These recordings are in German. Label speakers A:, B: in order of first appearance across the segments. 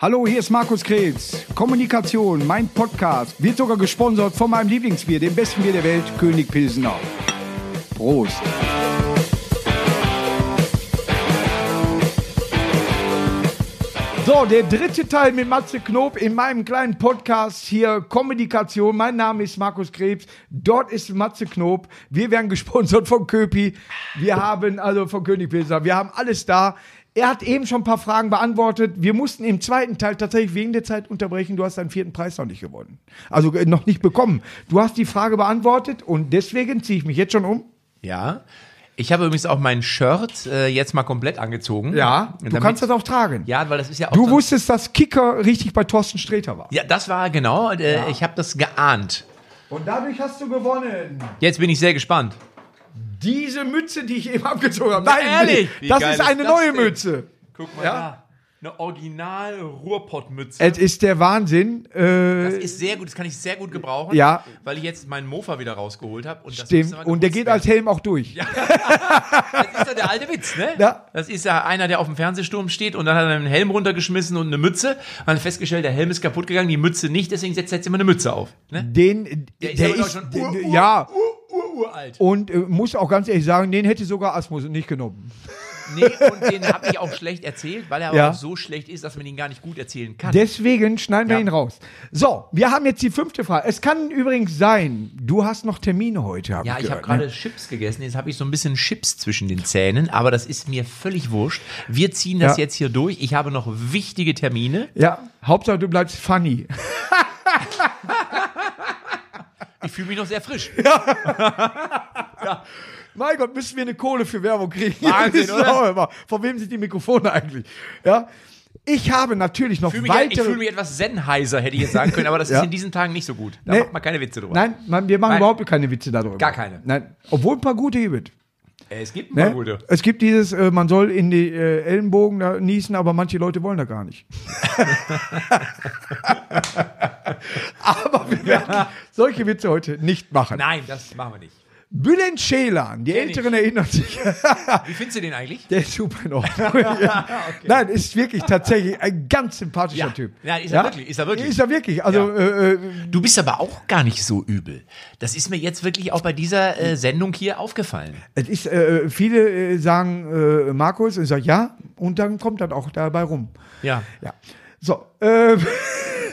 A: Hallo, hier ist Markus Kretz. Kommunikation, mein Podcast, wird sogar gesponsert von meinem Lieblingsbier, dem besten Bier der Welt, König Pilsener. Prost. So, der dritte Teil mit Matze Knob in meinem kleinen Podcast hier Kommunikation. Mein Name ist Markus Krebs. Dort ist Matze Knob. Wir werden gesponsert von Köpi. Wir haben, also von König Pilsner. Wir haben alles da. Er hat eben schon ein paar Fragen beantwortet. Wir mussten im zweiten Teil tatsächlich wegen der Zeit unterbrechen. Du hast deinen vierten Preis noch nicht gewonnen. Also äh, noch nicht bekommen. Du hast die Frage beantwortet und deswegen ziehe ich mich jetzt schon um.
B: Ja. Ich habe übrigens auch mein Shirt äh, jetzt mal komplett angezogen.
A: Ja, du
B: Damit-
A: kannst das auch tragen.
B: Ja, weil das ist ja auch.
A: Du
B: so-
A: wusstest, dass Kicker richtig bei Thorsten Sträter war.
B: Ja, das war genau. Äh, Ich habe das geahnt.
A: Und dadurch hast du gewonnen.
B: Jetzt bin ich sehr gespannt.
A: Diese Mütze, die ich eben abgezogen habe. Nein,
B: Ehrlich?
A: Willi, das
B: Wie geil
A: ist eine
B: ist das
A: neue
B: denn?
A: Mütze.
B: Guck mal
A: Ja. Äh,
B: da. Eine original Ruhrpottmütze.
A: Es ist der Wahnsinn.
B: das
A: Äh,
B: ist sehr gut, das kann ich sehr gut gebrauchen,
A: Ja.
B: weil ich jetzt meinen Mofa wieder rausgeholt habe. und das
A: stimmt.
B: musste mal
A: Und der
B: geputzt
A: geht
B: werden.
A: als Helm auch durch.
B: Das ist ja der alte Witz, ne?
A: Ja.
B: Das ist ja einer, der auf dem Fernsehsturm steht und dann hat er einen Helm runtergeschmissen und eine Mütze. Hat dann festgestellt, der Helm ist kaputt gegangen, die Mütze nicht, deswegen setzt er jetzt immer eine Mütze auf. Ne?
A: Den, der,
B: aber, glaub ich,
A: ist,
B: schon
A: der-
B: ur- ur-
A: ja,
B: Ur, uralt.
A: und äh, muss auch ganz ehrlich sagen, den hätte sogar Asmus nicht genommen.
B: Nee, und den habe ich auch schlecht erzählt, weil er
A: Ja.
B: aber auch so schlecht ist, dass man ihn gar nicht gut erzählen kann.
A: Deswegen schneiden wir
B: Ja.
A: ihn raus. So, wir haben jetzt die fünfte Frage. Es kann übrigens sein, du hast noch Termine heute.
B: ja, ich habe
A: gehört, ne?
B: gerade Chips gegessen, jetzt habe ich so ein bisschen Chips zwischen den Zähnen, aber das ist mir völlig wurscht. Wir ziehen das
A: Ja.
B: jetzt hier durch. Ich habe noch wichtige Termine.
A: Ne? Ja, Hauptsache du bleibst funny.
B: Ich fühle mich noch sehr frisch.
A: Mein Gott, müssen wir eine Kohle für Werbung kriegen.
B: Wahnsinn,
A: Das ist
B: oder?
A: auch immer. Von wem sind die Mikrofone eigentlich? Ja. Ich habe natürlich noch
B: Ich fühle mich, ich
A: weitere.
B: fühl mich etwas Sennheiser, hätte ich jetzt sagen können, aber das
A: Ja.
B: ist in diesen Tagen nicht so gut. Da
A: Nee.
B: macht man keine Witze drüber.
A: Nein, man, wir machen
B: Nein.
A: überhaupt keine Witze darüber.
B: Gar keine.
A: Nein, obwohl ein paar gute gibt.
B: Äh, Es gibt ein
A: Ne?
B: paar gute.
A: Es gibt dieses, äh, man soll in die äh, Ellenbogen da niesen, aber manche Leute wollen da gar nicht. aber wir werden solche Witze heute nicht machen.
B: Nein, das machen wir nicht.
A: Bülent Schelan, die
B: Kenn ich.
A: Älteren erinnern sich.
B: Wie findest du den eigentlich?
A: Der ist super in Ordnung. ja. Nein, ist wirklich tatsächlich ein ganz sympathischer
B: Ja.
A: Typ.
B: Ja, ist er wirklich, ist er wirklich.
A: Ist er wirklich. Also, äh, äh,
B: Du bist aber auch gar nicht so übel. Das ist mir jetzt wirklich auch bei dieser äh, Sendung hier aufgefallen.
A: es ist, äh, viele äh, sagen äh, Markus und ich sage ja und dann kommt dann auch dabei rum.
B: Ja.
A: Ja. So. Äh,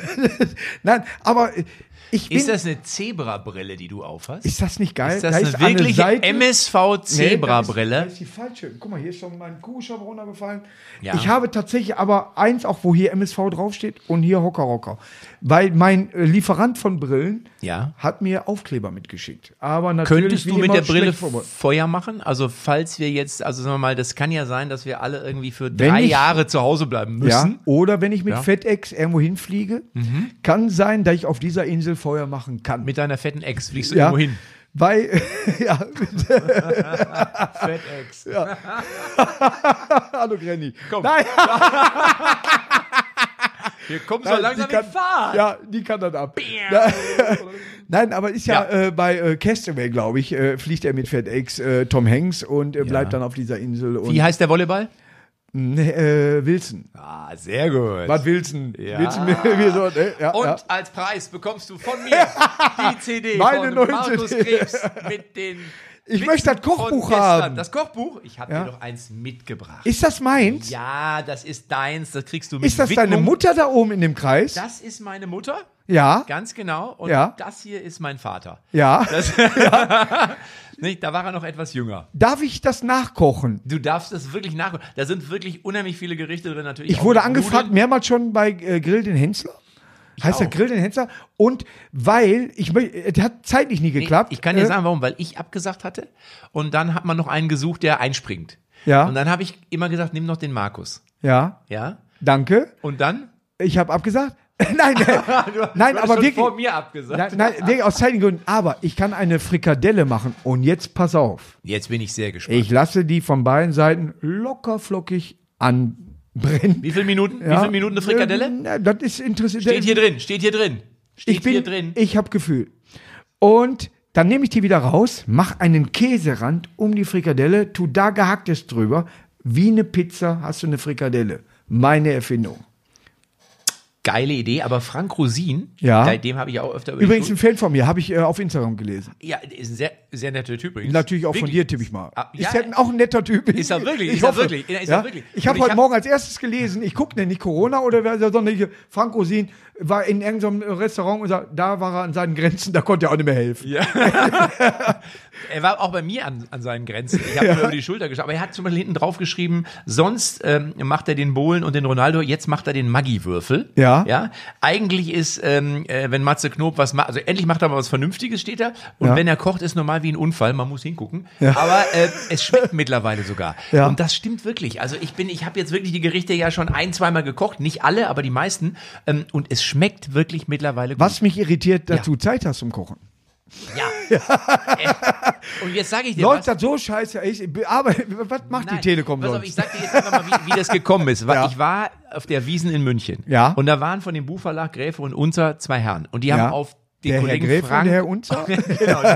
A: Nein, aber äh, ich bin.
B: Ist das eine Zebrabrille, die du aufhast?
A: ist das nicht geil?
B: Ist das
A: Da
B: eine
A: ist an der
B: wirkliche
A: Seite- Nee, da ist- Da
B: MSV-Zebrabrille?
A: ist die falsche. Guck mal, hier ist schon mein Kuhschopf runtergefallen.
B: Ja.
A: Ich habe tatsächlich aber eins auch, wo hier MSV draufsteht und hier Hocker Rocker. Weil mein äh, Lieferant von Brillen
B: Ja.
A: hat mir Aufkleber mitgeschickt. Aber natürlich
B: Könntest
A: wie
B: du mit
A: immer
B: der Brille
A: schlecht vorbereitet.
B: Feuer machen? Also falls wir jetzt, also sagen wir mal, das kann ja sein, dass wir alle irgendwie für
A: Wenn
B: drei
A: ich-
B: Jahre zu Hause bleiben
A: Ja,
B: müssen.
A: oder wenn ich mit
B: Ja. Mhm.
A: FedEx irgendwo hinfliege, kann sein, dass ich auf dieser Insel Feuer machen kann.
B: Mit deiner fetten Ex fliegst du
A: ja,
B: irgendwo hin.
A: Weil, ja, Ah.
B: Fedex.
A: hallo Granny.
B: Komm.
A: Nein,
B: Hier kommt
A: Nein,
B: so langsam
A: Äh, die kann-
B: die Fahrt.
A: Ja, die kann das ab. Ja. Nein, aber ist ja, Äh, bei äh, Castaway, glaube ich, äh, fliegt er mit FedEx äh, Tom Hanks und äh, bleibt dann auf dieser Insel. Und,
B: Wie heißt der Volleyball?
A: Nee, äh, Wilson.
B: Ah, sehr gut.
A: Was Wilson?
B: Ja.
A: Wilson wir so, ne? ja,
B: Und
A: ja.
B: als Preis bekommst du von mir die CD
A: Meine
B: von
A: neue
B: Markus
A: CD.
B: Krebs mit den
A: Ich
B: Witzen
A: möchte das Kochbuch
B: von gestern.
A: haben.
B: Das Kochbuch? Ich habe
A: Ja.
B: dir doch eins mitgebracht.
A: Ist das meins?
B: ja, das ist deins, das kriegst du mit
A: Ist das
B: Widmung.
A: deine Mutter da oben in dem Kreis?
B: Das ist meine Mutter,
A: ja,
B: ganz genau. Und
A: Ja.
B: das hier ist mein Vater.
A: ja.
B: Nicht? Da war er noch etwas jünger.
A: Darf ich das nachkochen?
B: Du darfst das wirklich nachholen. Da sind wirklich unheimlich viele Gerichte drin natürlich.
A: Ich
B: auch
A: wurde
B: mit
A: angefragt,
B: Nudeln.
A: mehrmals schon bei äh, Grill den Hensler. Heißt der
B: auch.
A: Grill den Hensler? Und weil, ich, mö- es hat zeitlich nie geklappt. Äh,
B: Ich kann dir sagen, warum, weil ich abgesagt hatte und dann hat man noch einen gesucht, der einspringt.
A: Ja.
B: Und dann habe ich immer gesagt, nimm noch den Markus.
A: Ja,
B: Ja.
A: danke.
B: Und dann?
A: Ich habe abgesagt. nein, nein,
B: Ah, Du hast
A: aber
B: schon
A: wirklich.
B: vor mir
A: Nein,
B: abgesagt.
A: nein, wirklich aus zeitlichen Gründen. Aber ich kann eine Frikadelle machen. Und jetzt pass auf.
B: Jetzt bin ich sehr gespannt.
A: Ich lasse die von beiden Seiten locker flockig anbrennen.
B: Wie viele Minuten? Wie
A: Ja. Ähm,
B: viele Minuten eine Frikadelle?
A: Na, Das ist interessant.
B: Steht hier drin, steht hier drin. Steht
A: ich bin,
B: hier drin.
A: Ich habe Gefühl. Und dann nehme ich die wieder raus, mache einen Käserand um die Frikadelle, tu da gehacktes drüber. Wie eine Pizza hast du eine Frikadelle. Meine Erfindung.
B: geile Idee, aber Frank Rosin,
A: Ja.
B: bei dem habe ich auch öfter über die
A: Übrigens
B: Schul-
A: ein Fan von mir, habe ich äh, auf Instagram gelesen.
B: ja, ist ein sehr, sehr netter Typ übrigens.
A: Natürlich auch von
B: Wirklich.
A: dir, tippe ich mal.
B: Ah,
A: ist
B: ja,
A: ja auch ein netter Typ.
B: Ist er wirklich,
A: Ich
B: ist er
A: hoffe.
B: wirklich, ist er
A: ja?
B: wirklich.
A: Ich habe
B: Und ich
A: heute
B: hab-
A: Morgen als erstes gelesen, ich gucke nicht Corona oder wer sondern ich, Frank Rosin war in irgendeinem Restaurant und sagt, da war er an seinen Grenzen, da konnte er auch nicht mehr helfen.
B: Er war auch bei mir an, an seinen Grenzen. Ich habe mir über die Schulter geschaut. Aber er hat zum Beispiel hinten drauf geschrieben, sonst ähm, macht er den Bohlen und den Ronaldo, jetzt macht er den Maggi-Würfel.
A: Ja.
B: ja. Eigentlich ist, ähm, äh, wenn Matze Knob was macht, also endlich macht er mal was Vernünftiges, steht da. Und
A: Ja.
B: wenn er kocht, ist normal wie ein Unfall, man muss hingucken. Aber äh, es schmeckt mittlerweile sogar.
A: Ja.
B: Und das stimmt wirklich. Also ich bin, ich habe jetzt wirklich die Gerichte ja schon ein, zweimal gekocht. Nicht alle, aber die meisten. Ähm, und es schmeckt wirklich mittlerweile gut.
A: Was mich irritiert, dass du Zeit hast zum Kochen.
B: Ja. Äh, Und jetzt sage ich dir was.
A: Läuft das so scheiße? Ich, aber, was macht die
B: Nein,
A: Telekom
B: pass auf,
A: sonst?
B: Ich sag dir jetzt einfach mal, wie, wie das gekommen ist. Weil
A: Ja.
B: Ich war auf der Wiesen in München.
A: Ja.
B: Und da waren von dem Buchverlag Gräfe und Unter zwei Herren. Und die haben
A: Ja.
B: auf den
A: Der Herr
B: Kollegen
A: Gräfe und
B: Frank.
A: der Herr Unter?
B: genau,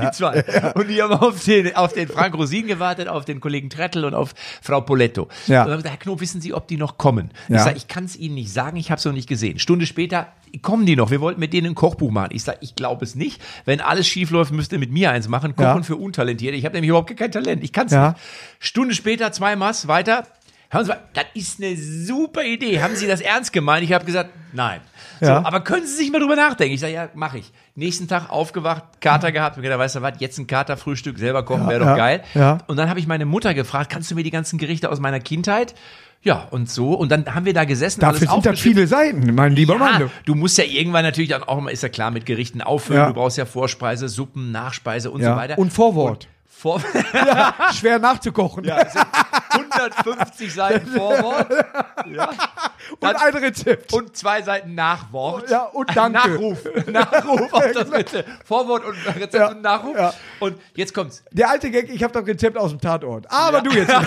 B: die zwei. Und die haben auf den, auf den Frank Rosin gewartet, auf den Kollegen Trettel und auf Frau Poletto.
A: Ja.
B: Und dann haben gesagt, Herr Knob, wissen Sie, ob die noch kommen?
A: Ja.
B: Ich sage, ich kann es Ihnen nicht sagen, ich habe es noch nicht gesehen. Stunde später kommen die noch. Wir wollten mit denen ein Kochbuch machen. Ich sage, ich glaube es nicht. Wenn alles schief läuft, müsst ihr mit mir eins machen. Kochen
A: Ja.
B: für Untalentierte. Ich habe nämlich überhaupt kein Talent. Ich kann es
A: Ja.
B: nicht. Stunde später, zwei Maß weiter. Hören Sie mal, das ist eine super Idee. Haben Sie das ernst gemeint? Ich habe gesagt, nein. So,
A: Ja.
B: Aber können Sie sich mal drüber nachdenken? Ich sage, ja, mache ich. Nächsten Tag aufgewacht, Kater gehabt. Und gedacht, weißt du was, jetzt ein Katerfrühstück, selber kochen, wäre doch
A: ja,
B: geil.
A: ja.
B: Und dann habe ich meine Mutter gefragt, kannst du mir die ganzen Gerichte aus meiner Kindheit? Ja, und so. Und dann haben wir da gesessen,
A: Dafür sind das
B: aufgeschrieben.
A: viele Seiten, mein lieber
B: Ah,
A: Mann.
B: du musst ja irgendwann natürlich dann auch immer, ist ja klar, mit Gerichten auffüllen.
A: Ja.
B: Du brauchst ja Vorspeise, Suppen, Nachspeise und so
A: Ja.
B: weiter.
A: Und Vorwort.
B: Vor
A: Schwer nachzukochen.
B: 150 Seiten Vorwort
A: Und ein Rezept.
B: und zwei Seiten Nachwort.
A: Ja, und danke.
B: Nachruf. Nachruf auf das Rezept. Vorwort und Rezept
A: Ja,
B: und Nachruf.
A: ja.
B: Und jetzt kommt's.
A: Der alte Gag, ich habe das Rezept aus dem Tatort. Aber du jetzt.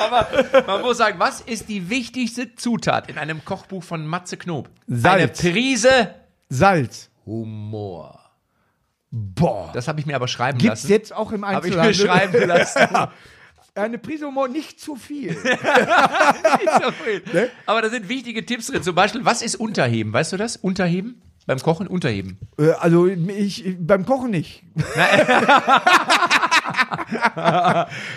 B: Aber man muss sagen, was ist die wichtigste Zutat in einem Kochbuch von Matze Knob?
A: Salz.
B: Eine Prise
A: Salz.
B: Humor.
A: Boah.
B: Das habe ich mir aber schreiben
A: Gibt's
B: lassen.
A: jetzt auch im
B: Habe ich mir
A: Einzelhandel.
B: schreiben lassen.
A: Eine Prise Humor, nicht zu viel.
B: Ne? Aber da sind wichtige Tipps drin. Zum Beispiel, was ist Unterheben? Weißt du das? Unterheben? Beim Kochen unterheben.
A: Äh, also ich beim Kochen nicht.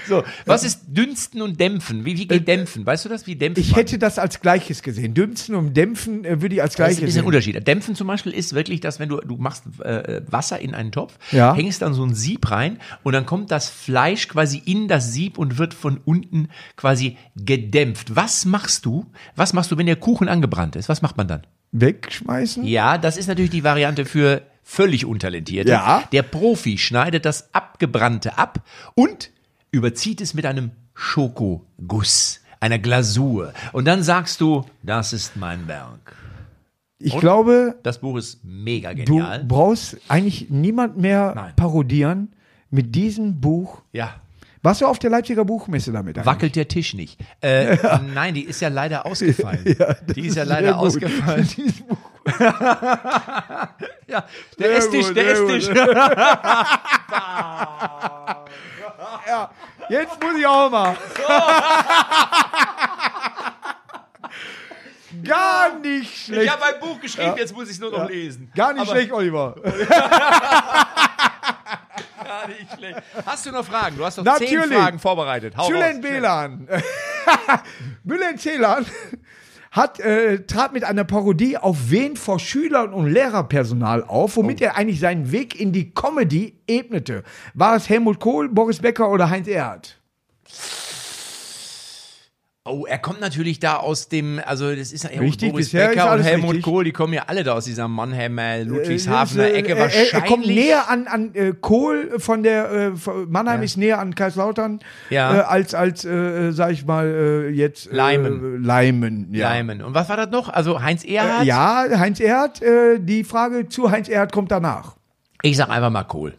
B: So, was ist Dünsten und Dämpfen? Wie, wie geht Dämpfen? Weißt du das? Wie dämpft
A: Äh, Ich
B: man?
A: hätte das als Gleiches gesehen. Dünsten und Dämpfen äh, würde ich als
B: Das ist ein
A: Gleiches
B: bisschen ein
A: sehen.
B: Unterschied. Dämpfen zum Beispiel ist wirklich das, wenn du, du machst äh, Wasser in einen Topf,
A: Ja.
B: hängst dann so ein Sieb rein und dann kommt das Fleisch quasi in das Sieb und wird von unten quasi gedämpft. Was machst du? Was machst du, wenn der Kuchen angebrannt ist? Was macht man dann?
A: Wegschmeißen?
B: Ja, das ist natürlich die Variante für völlig Untalentierte.
A: Ja.
B: Der Profi schneidet das Abgebrannte ab und überzieht es mit einem Schokoguss, einer Glasur. Und dann sagst du, das ist mein Werk.
A: Ich glaube,
B: Das Buch ist mega
A: du
B: genial.
A: brauchst eigentlich niemand mehr
B: Nein.
A: parodieren mit diesem Buch.
B: ja.
A: Warst du auf der Leipziger Buchmesse damit? eigentlich?
B: Wackelt der Tisch nicht. Äh, Nein, die ist ja leider ausgefallen. die ist ja leider
A: Sehr gut.
B: ausgefallen.
A: Dieses Buch.
B: Ja, der
A: Sehr
B: Esstisch,
A: gut,
B: der
A: sehr gut.
B: Esstisch.
A: Jetzt muss ich auch mal. Gar nicht schlecht.
B: Ich habe ein Buch geschrieben, jetzt muss ich es nur noch lesen.
A: Gar nicht
B: Aber-
A: schlecht, Oliver.
B: Gar nicht schlecht. Hast du noch Fragen? Du hast noch zehn
A: Natürlich.
B: Fragen vorbereitet. Hau raus.
A: Gülen Belan. Gülen Celan hat, äh, trat mit einer Parodie auf wen vor Schülern und Lehrerpersonal auf, womit
B: Oh.
A: er eigentlich seinen Weg in die Comedy ebnete. War es Helmut Kohl, Boris Becker oder Heinz Erhardt?
B: Oh, er kommt natürlich da aus dem, also das ist ja
A: Richtig,
B: Boris
A: bisher ist
B: Becker und
A: alles
B: Helmut
A: richtig.
B: Kohl, die kommen ja alle da aus dieser Mannheimer,
A: Äh,
B: Ludwigshafener
A: äh,
B: Ecke
A: äh,
B: wahrscheinlich.
A: Er, er kommt näher an, an äh, Kohl von der äh, von Mannheim
B: Ja.
A: ist näher an Kaiserslautern
B: Ja.
A: äh, als als äh, äh, sag ich mal äh, jetzt äh,
B: Leimen.
A: Leimen. Ja.
B: Leimen. Und was war das noch? Also Heinz Erhardt?
A: Ja, Heinz Erhardt, äh, die Frage zu Heinz Erhardt kommt danach.
B: Ich sag einfach mal Kohl.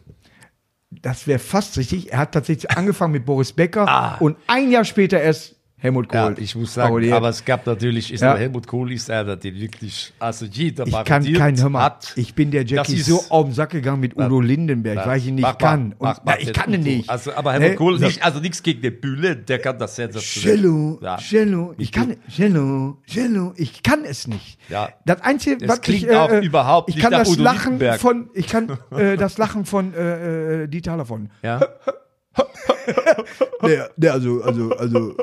A: Das wäre fast richtig. Er hat tatsächlich angefangen mit Boris Becker und ein Jahr später erst Helmut Kohl.
C: Ah. Ja, ich muss sagen,
A: Parodie.
C: aber es gab natürlich, ist
A: Ja.
C: der Helmut Kohl ist einer, den wirklich, also jeder
A: ich kann
C: parodiert
A: keinen, hör mal,
C: hat.
A: ich bin der
C: Das
A: Jackie
C: ist-
A: so auf den Sack gegangen mit Udo Lindenberg, weil ich ihn nicht
C: Mach mal,
A: kann. Und,
C: mach mal
A: na, ich
C: den
A: kann ihn
C: Udo.
A: nicht.
C: Also, aber Helmut
A: Ne?
C: Kohl,
A: Nicht-
C: nicht, also nichts gegen den Bühle, der kann das sensationell.
A: Cello,
C: Ja.
A: Cello, ich kann Cello, Cello, ich kann es nicht.
C: Ja.
A: Das einzige,
C: Es
A: was
C: klingt
A: ich, äh,
C: auch überhaupt
A: ich
C: nicht
A: kann
C: nach
A: das
C: Udo
A: Lachen
C: Lindenberg.
A: von, ich kann äh, das Lachen von äh, äh, Dieter Hallervon.
C: Ja.
A: Der, der also, also, also,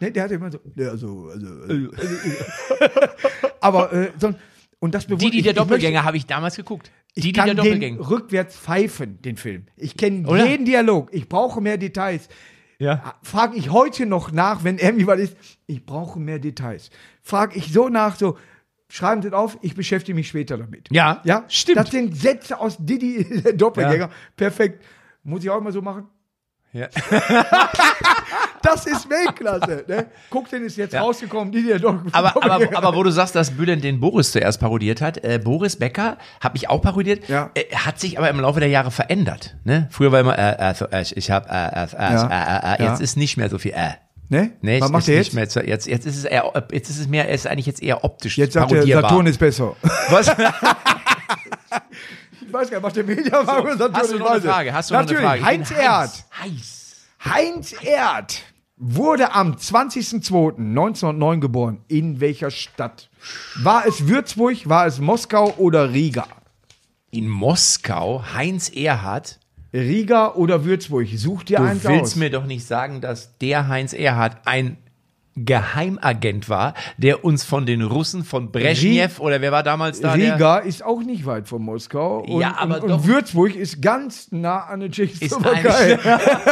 A: ne, der hat immer so, der also, also, also aber äh, so, ein- und das bewundere
B: Didi
A: ich-
B: der
A: ich möchte-
B: Doppelgänger habe ich damals geguckt.
A: ich
B: Didi
A: kann
B: der
A: den
B: Doppelgänger.
A: rückwärts pfeifen, den Film. Ich kenne
B: Oder?
A: jeden Dialog. Ich brauche mehr Details.
C: Ja.
A: Frag ich heute noch nach, wenn irgendwie was ist. Ich brauche mehr Details. Frag ich so nach, so, schreiben Sie es auf, ich beschäftige mich später damit.
B: Ja,
A: Ja,
B: stimmt.
A: Das sind Sätze aus Didi, der Doppelgänger.
C: Ja.
A: Perfekt. Muss ich auch immer so machen?
C: Ja.
A: Das ist Weltklasse. Ne? Guck, den ist jetzt rausgekommen, Didi, der Doppelgänger.
B: Aber, aber, aber wo du sagst, dass Bülent den Boris zuerst parodiert hat, äh, Boris Becker habe ich auch parodiert,
A: Ja.
B: äh, hat sich aber im Laufe der Jahre verändert. Ne? Früher war immer, äh, äh, so, äh, ich habe, äh, äh, äh,
A: Ja.
B: äh, äh, äh, jetzt
A: Ja.
B: ist nicht mehr so viel. Äh.
A: ne?
B: Nee,
A: Was
B: es
A: macht
B: ist
A: er
B: nicht
A: jetzt?
B: mehr so, jetzt, jetzt ist es eher, äh, jetzt ist es mehr, es ist eigentlich jetzt eher optisch
A: Jetzt sagt er,
B: parodierbar.
A: Saturn ist besser.
B: Was?
A: Ich weiß gar nicht, was der Mediamarkt so, Saturn
B: Hast du
A: ich
B: noch eine
A: weiß es.
B: Frage? Hast du
A: Natürlich,
B: noch eine Frage?
A: Heinz Erd.
B: Heiß. heiß.
A: Heinz Erd wurde am 20.02.1909 geboren. In welcher Stadt? War es Würzburg, war es Moskau oder Riga?
B: In Moskau, Heinz Erhard.
A: Riga oder Würzburg? Such dir
B: Du
A: eins
B: willst
A: aus.
B: mir doch nicht sagen, dass der Heinz Erhard ein Geheimagent war, der uns von den Russen, von Brezhnev oder wer war damals da? der-
A: Riga ist auch nicht weit von Moskau. Und,
B: Ja, aber
A: und, und
B: doch.
A: Würzburg ist ganz nah an der
B: Ist
A: Tschechoslowakei.
B: eigentlich-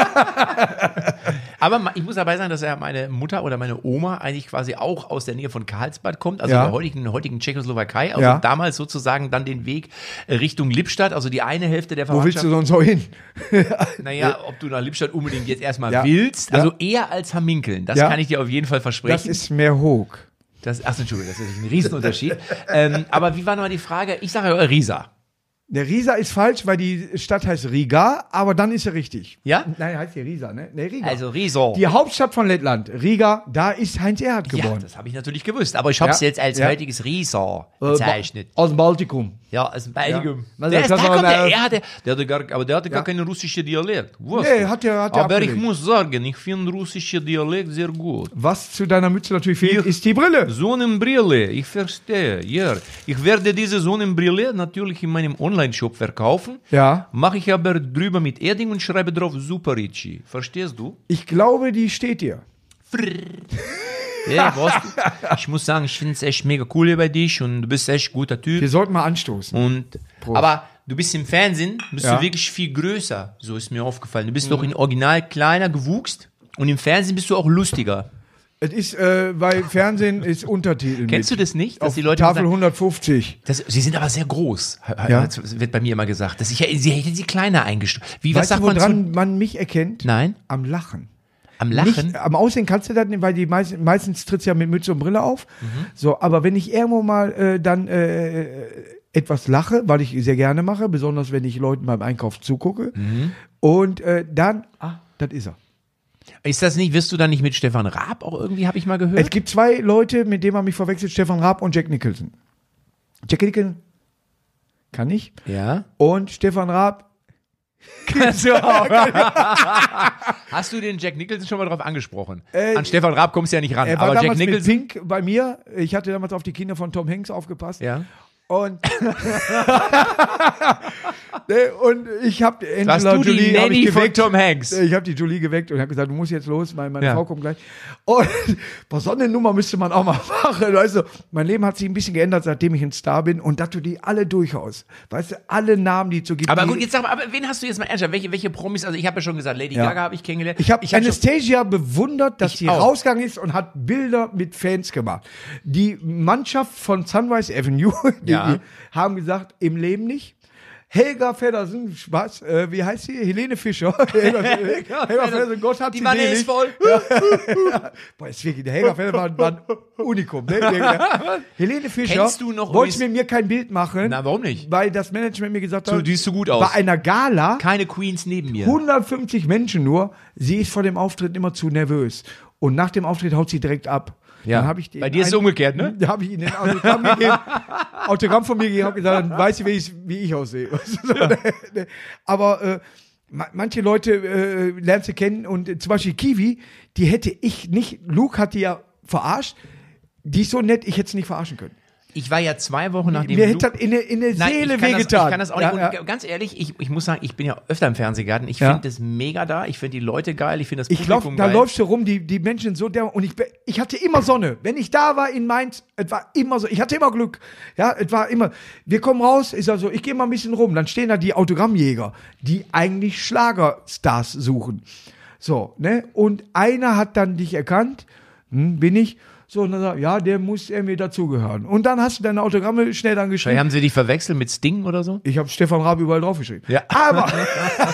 B: aber ma- ich muss dabei sagen, dass ja meine Mutter oder meine Oma eigentlich quasi auch aus der Nähe von Karlsbad kommt, also
A: Ja.
B: der heutigen, heutigen Tschechoslowakei, also
A: Ja.
B: damals sozusagen dann den Weg äh, Richtung Lippstadt, also die eine Hälfte der
A: Wo willst
B: Verwandtschaft.
A: du sonst auch hin?
B: Naja, ob du nach Lippstadt unbedingt jetzt erstmal
A: Ja.
B: willst,
A: Ja.
B: also eher als Herminkeln, das
A: Ja.
B: kann ich dir auf jeden Fall versprechen.
A: Das ist mehr hoch.
B: Das, ach, Entschuldigung, das ist natürlich ein Riesenunterschied. ähm, aber wie war nochmal die Frage? Ich sage ja Risa.
A: Der Riesa ist falsch, weil die Stadt heißt Riga, aber dann ist er richtig.
B: Ja?
A: Nein, heißt die Riesa, ne? Nee, Riga.
B: Also Riso.
A: Die Hauptstadt von Lettland, Riga, da ist Heinz Erhard
B: ja,
A: geboren.
B: das habe ich natürlich gewusst. Aber ich habe es
A: Ja.
B: jetzt als
A: Ja.
B: heutiges Riso
A: Äh, Ba-
B: bezeichnet.
A: Aus dem Baltikum.
B: ja, als Belgium.
A: Ja. Also
B: Der ist, da
A: Das war
B: kommt der
A: eine-
B: Erde. Der hatte gar, aber der hatte
A: Ja.
B: gar keinen russischen Dialekt. Wusst
A: Nee,
B: du?
A: hat der- hat der
B: aber ich
A: abgelegt.
B: muss sagen, ich finde russischen Dialekt sehr gut.
A: Was zu deiner Mütze natürlich fehlt, ist die Brille.
B: Sonnenbrille, ich verstehe, ja. Ich werde diese Sonnenbrille natürlich in meinem Online-Shop verkaufen.
A: Ja.
B: Mache ich aber drüber mit Edding und schreibe drauf Super Ricci. Verstehst du?
A: Ich glaube, die steht dir.
B: Hey, Rost, ich muss sagen, ich finde es echt mega cool über dich und du bist echt guter
A: Wir
B: Typ.
A: sollten mal anstoßen.
B: Und, aber du bist im Fernsehen, bist
A: Ja. Mhm.
B: du wirklich viel größer. So ist mir aufgefallen. Du bist doch in Original kleiner gewuchst und im Fernsehen bist du auch lustiger.
A: Es ist, äh, weil Fernsehen ist Untertitel.
B: Hm. Kennst du
A: mit.
B: das nicht? Dass
A: Auf
B: die Leute
A: Tafel
B: sagen,
A: 150.
B: das, sie sind aber sehr groß.
A: Ja.
B: Ja. Das wird bei mir immer gesagt. Dass ich, sie hätten sie kleiner eingestuft. Wie, was
A: weißt
B: sagt
A: du,
B: man
A: woran man mich erkennt?
B: zu... Nein,
A: Am Lachen.
B: am Lachen.
A: Nicht, am Aussehen kannst du das nicht, weil die meisten, meistens trittst du ja mit Mütze und Brille auf.
B: Mhm.
A: So, aber wenn ich irgendwo mal äh, dann äh, etwas lache, weil ich sehr gerne mache, besonders wenn ich Leuten beim Einkauf zugucke,
B: Mhm.
A: und äh, dann, ah, das ist er.
B: Ist das nicht, wirst du dann nicht mit Stefan Raab auch irgendwie, habe ich mal
A: Es
B: gehört?
A: gibt zwei Leute, mit denen man mich verwechselt, Stefan Raab und Jack Nicholson. Jack Nicholson kann ich.
B: Ja.
A: Und Stefan Raab,
B: Hast du den Jack Nicholson schon mal drauf angesprochen?
A: Äh,
B: An Stefan Raab kommst du ja nicht ran,
A: er war
B: aber Jack
A: damals mit
B: Nicholson.
A: Pink bei mir. Ich hatte damals auf die Kinder von Tom Hanks aufgepasst.
B: Ja.
A: Und, ne, und ich habe
B: Warst
A: Angela
B: du die
A: Jolie hab
B: Nanny
A: ich
B: von
A: geweckt.
B: Tom Hanks?
A: Ich habe die Jolie geweckt und habe gesagt, du musst jetzt los, meine, meine
B: Ja.
A: Frau kommt gleich. Und boah, so eine Nummer müsste man auch mal machen. Weißt du, mein Leben hat sich ein bisschen geändert, seitdem ich ein Star bin und da du die alle durchaus. Weißt du, alle Namen, die es so gibt.
B: Aber
A: die,
B: gut, jetzt sag mal, aber wen hast du jetzt mal ernsthaft? Welche, welche Promis? Also ich habe ja schon gesagt, Lady
A: Ja.
B: Gaga habe ich kennengelernt.
A: Ich habe
B: hab schon-
A: Anastasia bewundert, dass
B: Ich
A: sie
B: auch.
A: rausgegangen ist und hat Bilder mit Fans gemacht. Die Mannschaft von Sunrise Avenue die,
B: Ja.
A: die haben gesagt, im Leben nicht. Helga Feddersen, Spaß, äh, wie heißt sie? Helene Fischer. Helga, Helga Feddersen, Gott hat
B: die
A: sie
B: Wanne
A: selig.
B: ist voll.
A: Boah, ist wirklich, der Helga Feddersen war, war ein Unikum. Ne? Der- Helene Fischer
B: Kennst du noch
A: wollte
B: übrigens-
A: mit mir kein Bild machen.
B: Na, warum nicht?
A: Weil das Management mir gesagt hat,
B: Du siehst so gut aus.
A: bei einer Gala
B: Keine Queens neben mir.
A: 150 Menschen nur. Sie ist vor dem Auftritt immer zu nervös. Und nach dem Auftritt haut sie direkt ab.
B: Ja.
A: Dann hab ich
B: Bei dir ist es umgekehrt, ne?
A: Da habe ich ihnen ein Autogramm gegeben, Autogramm von mir gegeben, habe gesagt, dann weiß sie, wie ich, wie ich aussehe. Weißt du, so, ne, ne. Aber äh, ma- manche Leute äh, lernst du kennen und äh, zum Beispiel Kiwi, die hätte ich nicht, Luke hat die ja verarscht, die ist so nett, ich hätte sie nicht verarschen können.
B: Ich war ja zwei Wochen nachdem
A: Mir
B: du-
A: hätte das in der, in der
B: Nein,
A: Seele
B: ich kann
A: wehgetan.
B: Das, ich kann das auch nicht.
A: Ja,
B: und
A: ja.
B: g- Ganz ehrlich, ich, ich muss sagen, ich bin ja öfter im Fernsehgarten. Ich
A: Ja.
B: finde es mega da. Ich finde die Leute geil. Ich finde das
A: Ich lauf,
B: Publikum
A: da
B: geil.
A: läufst du rum, die, die Menschen so der und ich, be- ich hatte immer Sonne. Wenn ich da war in Mainz, es war immer so, ich hatte immer Glück. Ja, es war immer, wir kommen raus, ist also, ich gehe mal ein bisschen rum, dann stehen da die Autogrammjäger, die eigentlich Schlagerstars suchen. So, ne? Und einer hat dann dich erkannt, hm, bin ich. So, und dann sagt, ja, der muss irgendwie dazugehören. Und dann hast du deine Autogramme schnell dann geschrieben.
B: Vielleicht haben sie dich verwechselt mit Sting oder so?
A: Ich habe Stefan Raab überall draufgeschrieben.
B: Ja.
A: Aber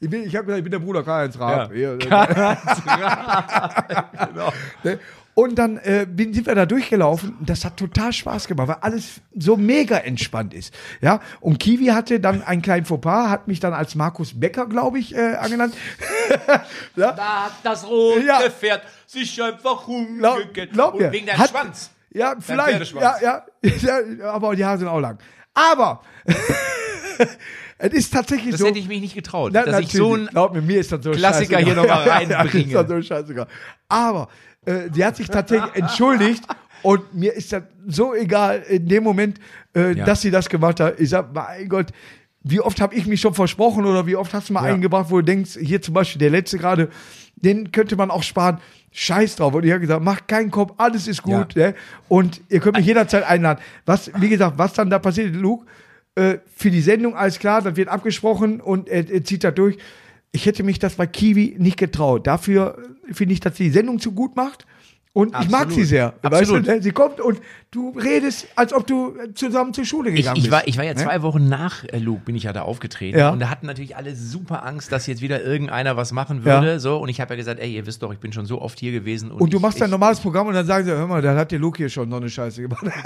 A: ich, bin, ich habe gesagt, ich bin der Bruder Karl-Heinz Raab. Hier, äh,
B: Ah, genau.
A: ne? Und dann äh, bin, sind wir da durchgelaufen und das hat total Spaß gemacht, weil alles so mega entspannt ist. Ja, und Kiwi hatte dann einen kleinen Fauxpas, hat mich dann als Markus Becker, glaube ich, äh, angenannt.
B: Da hat das rote
A: Ja.
B: Pferd sich einfach
A: Glaub, glaub mir. Hat- Ja, vielleicht. Ja,
B: Pferdeschwanz.
A: ja, ja, aber die Haare sind auch lang. Aber es ist tatsächlich
B: Das
A: so.
B: hätte ich mich nicht getraut,
A: Na,
B: dass ich so
A: natürlich.
B: ein
A: Glaub mir, mir ist das so
B: Klassiker hier
A: scheißegal.
B: noch mal reinbringe.
A: Ja, ja, das ist das so scheißegal. Aber äh, die hat sich tatsächlich entschuldigt und mir ist das so egal in dem Moment, äh,
B: Ja.
A: dass sie das gemacht hat. Ich sag, mein Gott, wie oft habe ich mich schon versprochen oder wie oft hast du mal
B: Ja.
A: einen gebracht, wo du denkst, hier zum Beispiel der letzte gerade, den könnte man auch sparen. Scheiß drauf. Und ich habe gesagt, macht keinen Kopf, alles ist gut. Ne? Und ihr könnt mich jederzeit einladen. Was, wie gesagt, was dann da passiert, Luke, äh, für die Sendung, alles klar, das wird abgesprochen und er, er zieht da durch. Ich hätte mich das bei Kiwi nicht getraut. Dafür äh, finde ich, dass sie die Sendung zu gut macht. Und ich mag
B: Absolut.
A: sie sehr.
B: Absolut.
A: Weißt du, ne? sie kommt und du redest, als ob du äh, zusammen zur Schule
B: Ich,
A: gegangen
B: ich,
A: bist.
B: war, ich war ja zwei Wochen nach äh, Luke, bin ich ja da aufgetreten.
A: Ne? Ja.
B: Und da hatten natürlich alle super Angst, dass jetzt wieder irgendeiner was machen
A: Ja.
B: würde. So, und ich habe ja gesagt, ey, ihr wisst doch, ich bin schon so oft hier gewesen. Und,
A: und du
B: ich,
A: machst
B: ich,
A: dein normales Programm und dann sagen sie, hör mal, dann hat der Luke hier schon noch eine Scheiße gemacht.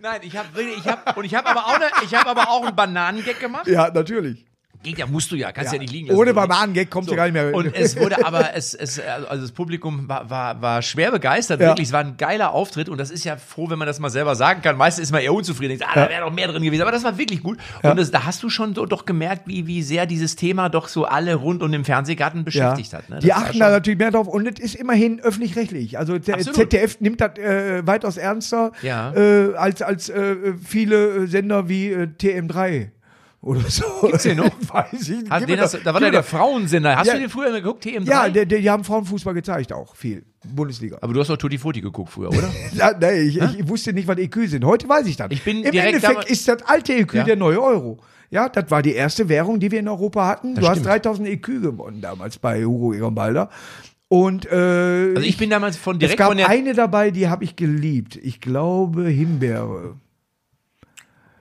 B: Nein, ich habe ich hab, und ich habe aber auch ne, ich habe aber auch einen Bananengag gemacht.
A: ja, natürlich.
B: Geht ja, musst du ja, kannst ja, nicht liegen lassen.
A: Ohne
B: So, ne?
A: Bananengag kommt ja gar nicht mehr.
B: Und es wurde aber, es, es, also das Publikum war, war, war schwer begeistert,
A: Ja.
B: wirklich. Es war ein geiler Auftritt und das ist ja froh, wenn man das mal selber sagen kann. Meistens ist man eher unzufrieden, denkt, ah, da wäre doch mehr drin gewesen. Aber das war wirklich gut. Und das, da hast du schon so doch gemerkt, wie, wie sehr dieses Thema doch so alle rund um den Fernsehgarten beschäftigt hat. Ne?
A: Die
B: Das war
A: achten
B: schon-
A: da natürlich mehr drauf und es ist immerhin öffentlich-rechtlich. Also der
B: Absolut.
A: ZDF nimmt das äh, weitaus ernster
B: Ja.
A: äh, als, als äh, viele äh, Sender wie äh, TM3 oder so.
B: Gibt's den noch?
A: Weiß ich nicht.
B: Hast
A: Gib
B: den
A: mir
B: hast,
A: das-
B: da war
A: gib
B: da
A: mir
B: der
A: das.
B: Frauensender. Hast
A: Ja.
B: du den früher immer geguckt, TM3?
A: Ja, der, der, die haben Frauenfußball gezeigt auch viel. Bundesliga.
B: aber du hast doch Tutti Frutti geguckt früher, oder?
A: Ja, nee, ich, ich wusste nicht, was EQ sind. Heute weiß ich das.
B: Ich bin
A: Im
B: direkt
A: Endeffekt
B: damals-
A: ist das alte EQ
B: Ja.
A: der neue Euro. Ja, das war die erste Währung, die wir in Europa hatten. du
B: stimmt.
A: hast 3000 EQ gewonnen damals bei Hugo Egon Balder. Und äh,
B: Also ich bin damals von
A: es
B: direkt
A: gab
B: von der
A: eine dabei, die habe ich geliebt. Ich glaube Himbeere.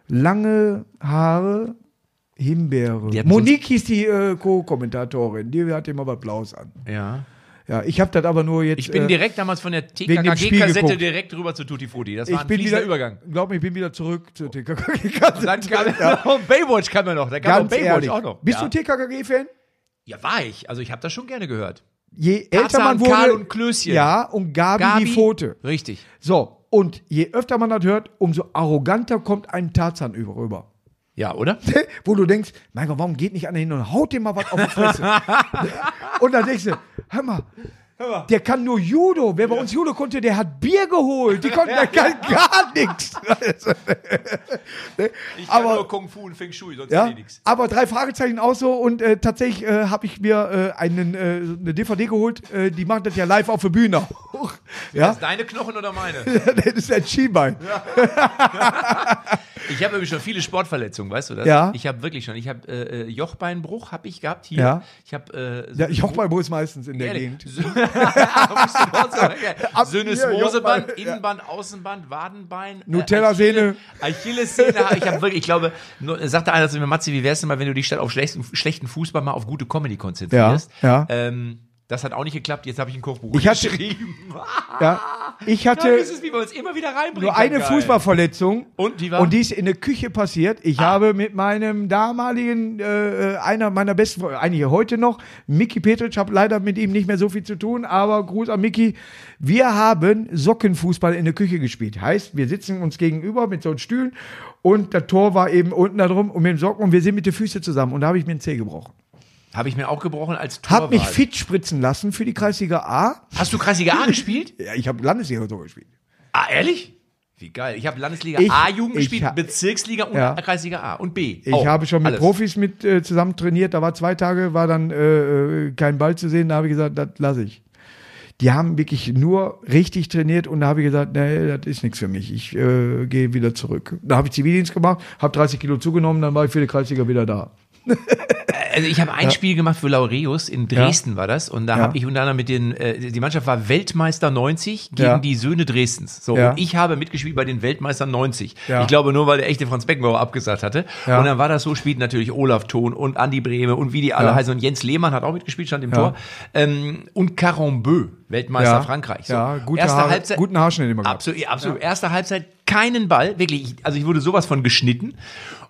A: Lange Haare, Himbeere.
B: Die hat
A: Monique hieß die äh, Co-Kommentatorin. Die hatte immer was Blaus an.
B: ja.
A: Ja, ich habe das aber nur jetzt.
B: Ich bin
A: äh,
B: direkt damals von der
A: dem Spiel
B: TKKG-Kassette
A: geguckt.
B: direkt rüber zu Tutti Frutti. Das war
A: ich
B: ein
A: bin
B: fließender
A: wieder
B: Übergang.
A: Glaub mir, ich bin wieder zurück zu TKKG.
B: Dann kam noch Oh, Baywatch kam ja noch. Da kam noch
A: Ganz
B: Baywatch
A: ehrlich.
B: auch noch.
A: Bist
B: ja.
A: du TKKG-Fan?
B: ja, war ich. Also ich habe das schon gerne gehört.
A: Je älter
B: Tarzan,
A: man wurde,
B: Karl und Klößchen.
A: ja, und Gabi, die Pfote.
B: Richtig.
A: So, und je öfter man das hört, umso arroganter kommt ein Tarzan über rüber.
B: Ja, oder?
A: Wo du denkst, mein Gott, warum geht nicht einer hin und haut dem mal was auf die Fresse? und dann denkst du, hör mal, der kann nur Judo. Wer bei uns Judo konnte, der hat Bier geholt. Die konnten, der kann gar nichts.
B: Ich
A: kann Aber- nur
B: Kung Fu und Feng Shui, sonst eh
A: Ja, aber drei Fragezeichen auch so und äh, tatsächlich äh, habe ich mir äh, einen, äh, eine DVD geholt, äh, die machen das ja live auf der Bühne auch. ja,
B: Deine Knochen oder meine?
A: das ist ein Schienbein.
B: Ich habe übrigens schon viele Sportverletzungen, weißt du das?
A: Ja.
B: Ich habe wirklich schon. Ich habe äh, äh, Jochbeinbruch habe ich gehabt hier.
A: Ja.
B: Ich habe äh,
A: Ja, ich hoffe mal, wo ist meistens in der Gegend. Ab- hier,
B: Synesmoseband,
A: Jochbein, ja.
B: Innenband, Außenband, Wadenbein. äh,
A: Nutella-Sehne.
B: Achillessehne, ich habe wirklich, ich glaube, nur, sagte einer zu mir, Matze, wie wär's denn mal, wenn du dich statt auf schlechten, schlechten Fußball mal auf gute Comedy konzentrierst?
A: Ja, ja.
B: Ähm, Das hat auch nicht geklappt. Jetzt habe ich einen Kochbuch
A: Ich hatte-
B: geschrieben.
A: Ja, ich
B: Ja,
A: hatte
B: das ist, wie wir uns immer wieder reinbringen.
A: nur eine
B: Geil.
A: Fußballverletzung.
B: Und die war?
A: Und die ist in der Küche passiert. Ich habe mit meinem damaligen, äh, einer meiner besten Freunde, eigentlich heute noch, Miki Petric, habe leider mit ihm nicht mehr so viel zu tun, aber Gruß an Miki. Wir haben Sockenfußball in der Küche gespielt. Heißt, wir sitzen uns gegenüber mit so einem Stühlen und das Tor war eben unten da drum und mit dem Socken und wir sind mit den Füßen zusammen und da habe ich mir den Zeh gebrochen.
B: Habe ich mir auch gebrochen als Torwart.
A: Hab mich fit spritzen lassen für die Kreisliga A.
B: Hast du Kreisliga A gespielt?
A: Ja, ich habe Landesliga so gespielt.
B: Ah, ehrlich? Wie geil. Ich habe Landesliga
A: Ich-
B: A-Jugend
A: ich
B: gespielt,
A: ha-
B: Bezirksliga und
A: Ja.
B: Kreisliga A und B.
A: Ich habe schon mit
B: Oh, alles.
A: Profis mit äh, zusammen trainiert. Da war zwei Tage, war dann äh, äh, kein Ball zu sehen. Da habe ich gesagt, das lasse ich. Die haben wirklich nur richtig trainiert und da habe ich gesagt, nee, das ist nichts für mich. Ich äh, gehe wieder zurück. Da habe ich Zivildienst gemacht, habe 30 Kilo zugenommen, dann war ich für die Kreisliga wieder da.
B: Also ich habe ein Spiel gemacht für Laureus, in Dresden war das. Und da
A: Ja.
B: habe ich unter anderem mit den, äh, die Mannschaft war Weltmeister 90 gegen
A: Ja.
B: die Söhne Dresdens. So,
A: Ja.
B: und ich habe mitgespielt bei den Weltmeistern 90.
A: Ja.
B: Ich glaube nur, weil der echte Franz Beckenbauer abgesagt hatte.
A: Ja.
B: Und dann war das so, spielten natürlich Olaf Thon und Andi Brehme und wie die alle
A: Ja.
B: heißen. Und Jens Lehmann hat auch mitgespielt, stand im Tor. Ähm, und Carambeu, Weltmeister Frankreich. So.
A: ja gute
B: Erste
A: Haare,
B: Halbzeit.
A: guten Haarschnitt immer gehabt.
B: Absolut, absolut. Erste Halbzeit keinen Ball, wirklich. Ich, also ich wurde sowas von geschnitten.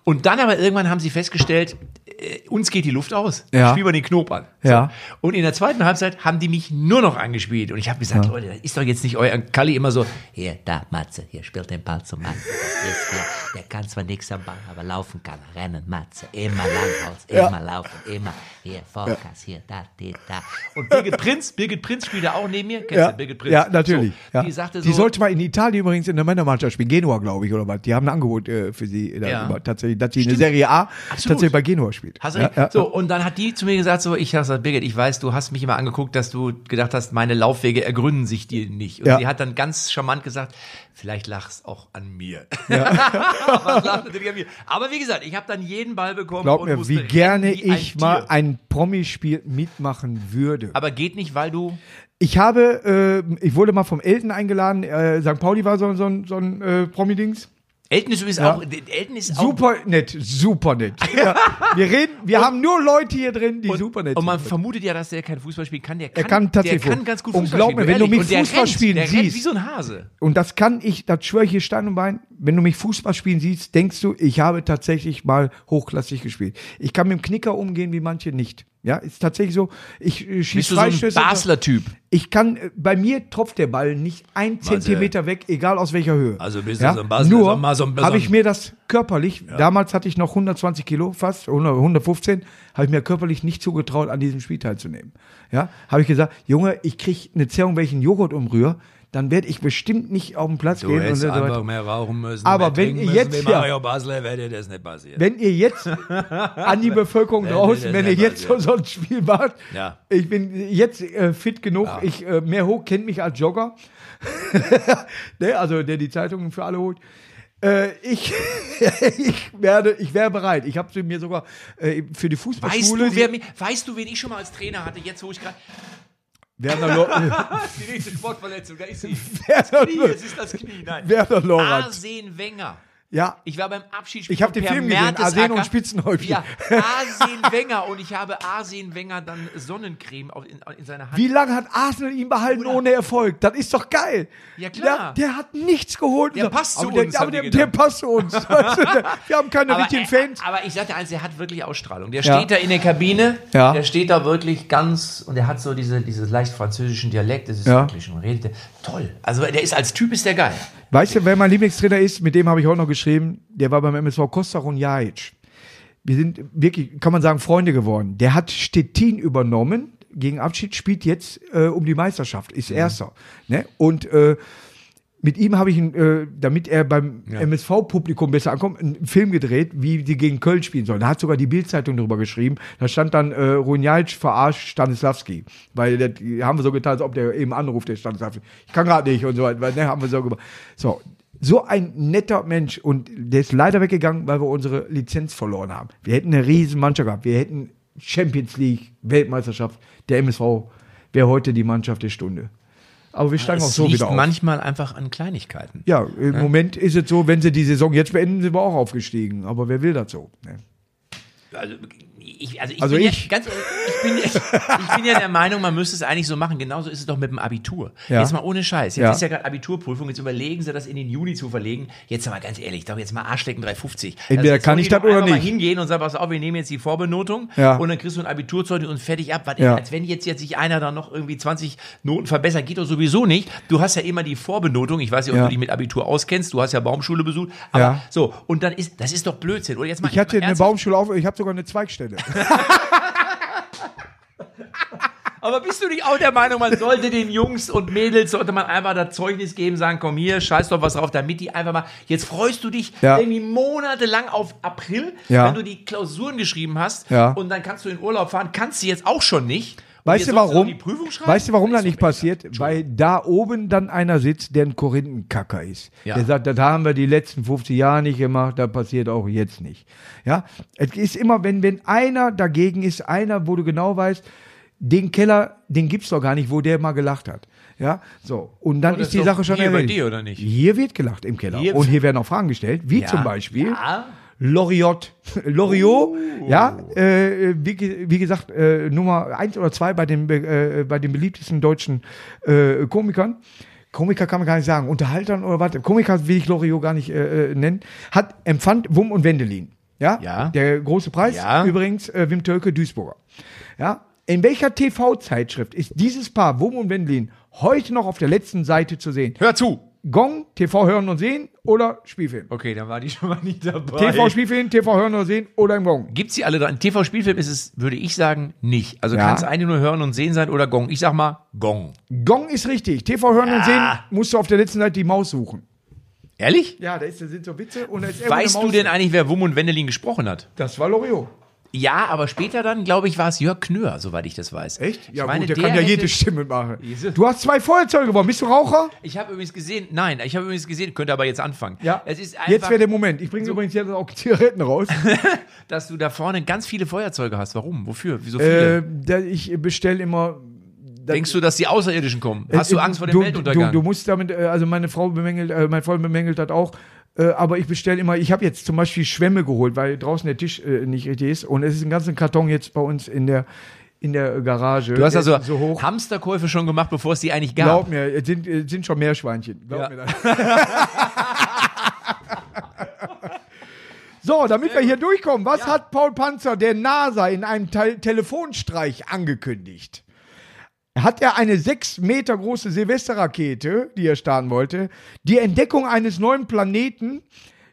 B: Und dann aber irgendwann haben sie festgestellt, äh, uns geht die Luft aus.
A: Ja.
B: Spielen wir den Knob an.
A: Ja.
B: So. Und in der zweiten Halbzeit haben die mich nur noch angespielt. Und ich habe gesagt, Leute, das ist doch jetzt nicht euer. Und Kalli immer so,
D: Hier, da, Matze, hier, spielt den Ball zum Matze. Das ist klar. Der kann zwar nichts am Ball, aber laufen kann. Rennen, Matze. Immer langhaus, immer laufen, immer. Hier, Vorkas, hier, da, die, da.
B: und Birgit Prinz, Birgit Prinz spielte auch neben mir. Kennst
A: Ja,
B: du Birgit Prinz?
A: ja, natürlich.
B: So,
A: ja.
B: Die sagte so,
A: die sollte mal in Italien übrigens in der Männermannschaft spielen. Genua, glaube ich, oder was. Die haben ein Angebot äh, für sie. äh,
B: Ja.
A: darüber. Tatsächlich, dass sie in der Serie A tatsächlich bei Genua spielt.
B: Hast du
A: ja,
B: recht?
A: ja.
B: So, und dann hat die zu mir gesagt, so, ich habe gesagt, Birgit, ich weiß, du hast mich immer angeguckt, dass du gedacht hast, meine Laufwege ergründen sich dir nicht. Und
A: Ja.
B: sie hat dann ganz charmant gesagt, vielleicht lachst auch an mir. Was lacht natürlich an mir. Aber wie gesagt, ich habe dann jeden Ball bekommen.
A: Glaub
B: und
A: mir,
B: musste
A: wie
B: rennen
A: gerne
B: wie ein
A: ich mal
B: Tier.
A: ein Promispiel mitmachen würde.
B: Aber geht nicht, weil du.
A: Ich habe, äh, ich wurde mal vom Elten eingeladen. Äh, St. Pauli war so, so, ein- so ein äh, Promi-Dings.
B: Elton ist übrigens auch. Elton ist auch.
A: Super nett, super nett. ja. Wir reden, wir haben nur Leute hier drin, die
B: Und,
A: super nett
B: und man
A: sind.
B: vermutet ja, dass der kein Fußball spielen kann. Der kann,
A: Er kann tatsächlich
B: der kann
A: Fußball.
B: ganz gut
A: Und
B: Fußball
A: glaub
B: spielen.
A: mir, wenn du
B: ehrlich.
A: mich
B: Und der
A: Fußball
B: rennt,
A: spielen
B: der rennt
A: siehst-
B: wie so ein Hase.
A: Und das kann ich, das schwöre ich hier Stein und Bein, wenn du mich Fußball spielen siehst, denkst du, ich habe tatsächlich mal hochklassig gespielt. Ich kann mit dem Knicker umgehen, wie manche nicht. Ja, ist tatsächlich so. Ich äh,
B: Bist
A: schieße
B: du so ein
A: Freistöße.
B: Basler-Typ?
A: ich kann, äh, bei mir tropft der Ball nicht ein Zentimeter weg, egal aus welcher Höhe.
C: Also bist du
A: ja?
C: so ein Basler, so
A: Nur
C: ein Mas- so ein- so ein-
A: habe ich mir das körperlich, damals hatte ich noch 120 Kilo, fast 100, 115, habe ich mir körperlich nicht zugetraut, an diesem Spiel teilzunehmen. Ja, habe ich gesagt, Junge, ich kriege eine Zerrung, wenn ich einen Joghurt umrühre, dann werde ich bestimmt nicht auf den Platz
C: Du
A: gehen.
C: hättest
A: so weiter.
C: einfach mehr rauchen müssen.
A: Aber
C: mehr
A: wenn
C: trinken
A: ihr
C: müssen,
A: jetzt
C: wie
A: ja-
C: Mario Basler wäre dir das nicht passiert.
A: Wenn ihr jetzt an die Bevölkerung draußen,
C: das
A: wenn ihr
C: nicht
A: jetzt so
C: passiert.
A: so ein Spiel macht,
C: Ja.
A: ich bin jetzt äh, fit genug, ich äh, mehr hoch kennt mich als Jogger, ne, also der die Zeitungen für alle holt. Äh, ich, ich werde, ich wäre bereit. Ich habe sie mir sogar äh, für die
B: Weißt
A: Fußballschule.
B: du, wer, mi- weißt du, wen ich schon mal als Trainer hatte, jetzt wo ich gerade.
A: Werner, Lo
B: Die nächste Sportverletzung, da ist sie.
A: Werner,
B: Knie, es ist das Knie, nein.
A: Werner Lorand.
B: Arsen Wenger.
A: Ja,
B: Ich war beim Abschiedsspiel.
A: Ich hab den
B: von Per
A: Film gesehen,
B: Mertesacker.
A: Arsen und Spitzenhäubchen.
B: Ja, Arsen Wenger. Und ich habe Arsen Wenger dann Sonnencreme auf, in, in seiner Hand.
A: Wie lange hat Arsenal ihn behalten ohne Erfolg? Das ist doch geil.
B: Ja, klar.
A: Der, der hat nichts geholt.
B: Der passt
A: aber
B: zu
A: der,
B: uns,
A: Aber
B: haben
A: der,
B: die
A: der
B: gedacht.
A: passt zu uns. Weißt du, der- Wir haben keine richtigen
B: äh,
A: Fans.
B: aber ich sagte eins, er hat wirklich Ausstrahlung. Der
A: Ja.
B: steht da in der Kabine,
A: Ja.
B: der steht da wirklich ganz und er hat so diese, dieses leicht französischen Dialekt, das ist
A: Ja.
B: wirklich schon redet. der- Toll. Also der ist als Typ ist der geil.
A: Weißt du, wer mein Lieblingstrainer ist? Mit dem habe ich heute noch geschrieben. Der war beim MSV Kostarun Jajic. Wir sind wirklich, kann man sagen, Freunde geworden. Der hat Stettin übernommen. Gegen Abschied spielt jetzt äh, um die Meisterschaft, ist Erster. Ne? Und äh, mit ihm habe ich, einen, äh, damit er beim MSV-Publikum besser ankommt, einen Film gedreht, wie sie gegen Köln spielen sollen. Da hat sogar die Bild-Zeitung darüber geschrieben. Da stand dann, äh, Runjaic verarscht Stanislawski. Weil das haben wir so getan, als ob der eben anruft, der Stanislawski. Ich kann gerade nicht und so weiter. Ne, haben wir so gemacht. So, so ein netter Mensch. Und der ist leider weggegangen, weil wir unsere Lizenz verloren haben. Wir hätten eine riesen Mannschaft gehabt. Wir hätten Champions League, Weltmeisterschaft. Der MSV wäre heute die Mannschaft der Stunde. Aber wir steigen auch
B: Es
A: so
B: liegt
A: wieder auf.
B: manchmal einfach an Kleinigkeiten.
A: Ja, im Moment ist es so, wenn sie die Saison jetzt beenden, sind wir auch aufgestiegen. Aber wer will das so? Ne?
B: also ich, also ich,
A: Also
B: bin
A: ich.
B: Ja, ganz, ehrlich, ich, bin, ich, ich bin ja der Meinung, man müsste es eigentlich so machen. Genauso ist es doch mit dem Abitur.
A: Ja.
B: Jetzt mal ohne Scheiß. Jetzt
A: Ja.
B: ist ja gerade Abiturprüfung. Jetzt überlegen sie, das in den Juni zu verlegen. Jetzt mal ganz ehrlich, doch jetzt mal Arschlecken 350.
A: Entweder
B: jetzt
A: kann
B: soll
A: ich
B: doch
A: das oder
B: einfach Mal
A: nicht.
B: hingehen und sagen, pass auf, wir nehmen jetzt die Vorbenotung
A: Ja.
B: und dann kriegst du ein Abiturzeugnis und fertig ab. Was
A: Ja.
B: ist, als wenn jetzt, jetzt sich einer da noch irgendwie 20 Noten verbessert, geht doch sowieso nicht. Du hast ja immer die Vorbenotung. Ich weiß nicht, ob
A: Ja.
B: du dich mit Abitur auskennst. Du hast ja Baumschule besucht. Aber
A: Ja.
B: so, und dann ist, das ist doch Blödsinn. Oder jetzt mal
A: Ich hatte eine
B: ernsthaft.
A: Baumschule auf, ich habe sogar eine Zweigstelle.
B: Aber bist du nicht auch der Meinung, man sollte den Jungs und Mädels, sollte man einfach das Zeugnis geben, sagen, komm hier, scheiß doch was drauf, damit die einfach mal, jetzt freust du dich
A: Ja.
B: irgendwie monatelang auf April,
A: Ja.
B: wenn du die Klausuren geschrieben hast
A: Ja.
B: und dann kannst du in Urlaub fahren, kannst du jetzt auch schon nicht. Und
A: Weißt
B: jetzt
A: du
B: sollst noch
A: warum?
B: Die Prüfung schreiben?
A: Weißt du, warum das
B: Ist
A: nicht
B: doch
A: passiert? Weil da oben dann einer sitzt, der ein Korinthenkacker ist.
B: Ja.
A: Der sagt, das haben wir die letzten 50 Jahre nicht gemacht, das passiert auch jetzt nicht. Ja, es ist immer, wenn, wenn einer dagegen ist, einer, wo du genau weißt, den Keller, den gibt's doch gar nicht, wo der mal gelacht hat. Ja, so. Und dann
B: Oh, das
A: ist die
B: ist doch
A: Sache schon
B: hier bei
A: erledigt.
B: dir, oder nicht?
A: Hier wird gelacht im Keller.
B: Hier-
A: Und hier werden auch Fragen gestellt, wie
B: Ja.
A: zum Beispiel.
B: Ja.
A: Loriot,
B: Oh.
A: Loriot, ja, äh, wie, ge- wie gesagt, äh, Nummer eins oder zwei bei den, be- äh, bei den beliebtesten deutschen äh, Komikern. Komiker kann man gar nicht sagen, Unterhaltern oder was, Komiker will ich Loriot gar nicht äh, äh, nennen, hat empfand Wum und Wendelin. Ja?
B: Ja.
A: Der große Preis,
B: Ja.
A: übrigens, äh, Wim Tölke, Duisburger. Ja? In welcher TV-Zeitschrift ist dieses Paar, Wum und Wendelin, heute noch auf der letzten Seite zu sehen?
B: Hör zu!
A: Gong, TV hören und sehen oder Spielfilm?
B: Okay, dann war die schon mal nicht dabei.
A: TV-Spielfilm, TV hören oder sehen oder im Gong.
B: Gibt's die alle da? Ein TV-Spielfilm ist es, würde ich sagen, nicht. Also
A: Ja.
B: kann's kann es eine nur hören und sehen sein oder Gong. Ich sag mal Gong.
A: Gong ist richtig. TV hören und sehen musst du auf der letzten Seite die Maus suchen.
B: Ehrlich?
A: Ja, da, ist, da sind so Witze und da ist
B: Weißt du denn eigentlich, wer Wum und Wendelin gesprochen hat?
A: Das war Loriot.
B: Ja, aber später dann, glaube ich, war es Jörg Knör, soweit ich das weiß.
A: Echt?
B: Ich
A: Ja,
B: meine,
A: gut, der, kann ja
B: hätte-
A: jede Stimme machen.
B: Jesus.
A: Du hast zwei Feuerzeuge gewonnen. Bist du Raucher?
B: Ich habe übrigens gesehen, nein, ich habe übrigens gesehen, könnte aber jetzt anfangen. Es ist
A: jetzt
B: einfach,
A: wäre der Moment. Ich bringe übrigens jetzt auch Zigaretten raus.
B: dass du da vorne ganz viele Feuerzeuge hast. Warum? Wofür? Wieso viele?
A: äh, da, ich bestelle immer. da-
B: Denkst du, dass die Außerirdischen kommen? Hast du
A: äh,
B: Angst vor dem
A: du,
B: Weltuntergang?
A: Du, du musst damit, äh, also meine Frau bemängelt, äh, mein Freund bemängelt hat auch, äh, aber ich bestelle immer, ich habe jetzt zum Beispiel Schwämme geholt, weil draußen der Tisch äh, nicht richtig ist und es ist ein ganzer Karton jetzt bei uns in der, in der Garage.
B: Du hast
A: Der
B: also
A: ist so hoch.
B: Hamsterkäufe schon gemacht, bevor es die eigentlich gab.
A: Glaub mir, es sind, es sind schon mehr Schweinchen. Glaub
B: Ja.
A: mir das. So, damit wir hier durchkommen, was hat Paul Panzer der NASA in einem Te Telefonstreich angekündigt? Hat er eine sechs Meter große Silvesterrakete, die er starten wollte, die Entdeckung eines neuen Planeten,